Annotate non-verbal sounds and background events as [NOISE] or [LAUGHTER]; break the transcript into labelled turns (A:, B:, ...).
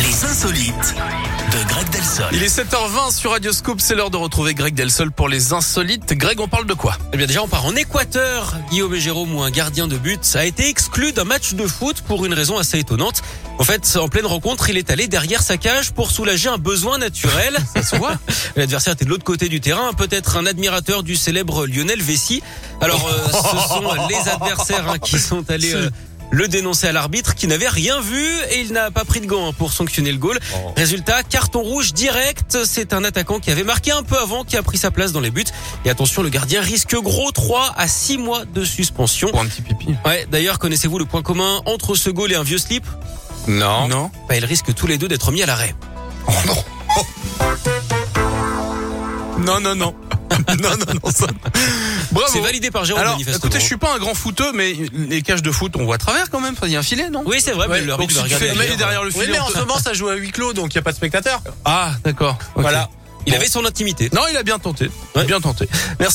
A: insolites de Greg Delsol.
B: Il est 7h20 sur Radioscope, c'est l'heure de retrouver Greg Delsol pour les insolites. Greg, on parle de quoi
C: Eh bien déjà on part en Équateur. Guillaume et Jérôme, ou un gardien de but, a été exclu d'un match de foot pour une raison assez étonnante. En fait, en pleine rencontre, il est allé derrière sa cage pour soulager un besoin naturel. Ça se voit. [LAUGHS] L'adversaire était de l'autre côté du terrain, peut-être un admirateur du célèbre Lionel Messi. Alors euh, ce sont les adversaires hein, qui sont allés... euh, le dénoncer à l'arbitre qui n'avait rien vu et il n'a pas pris de gants hein, pour sanctionner le goal.
B: Oh.
C: Résultat, carton rouge direct. C'est un attaquant qui avait marqué un peu avant qui a pris sa place dans les buts. Et attention, le gardien risque gros 3 à 6 mois de suspension.
B: Pour un petit pipi
C: Ouais, d'ailleurs, connaissez-vous le point commun entre ce goal et un vieux slip
B: Non.
C: Non. Bah, ils risquent tous les deux d'être mis à l'arrêt.
B: Oh non. Oh. Non, non, non. [LAUGHS] non, non, non, ça.
C: C'est
B: Bravo.
C: validé par Jérôme,
B: Alors,
C: manifestement.
B: écoutez, je suis pas un grand footeux, mais les cages de foot, on voit à travers quand même. Enfin, Il y a un filet, non
C: Oui, c'est vrai, mais
B: Ouais,
C: le
B: donc
C: arbitre
B: si
C: va
B: tu
C: regarder
B: fais le
C: ailleurs.
B: mail derrière le
D: Oui,
B: filet.
D: mais en
B: on
D: ce
B: te-
D: moment, ça joue à huis clos, donc il n'y a pas de spectateur.
B: Ah, d'accord. Ok.
C: Voilà. Il
B: Bon.
C: avait son intimité.
B: Non, il a bien tenté.
C: Ouais.
B: Bien tenté. Merci.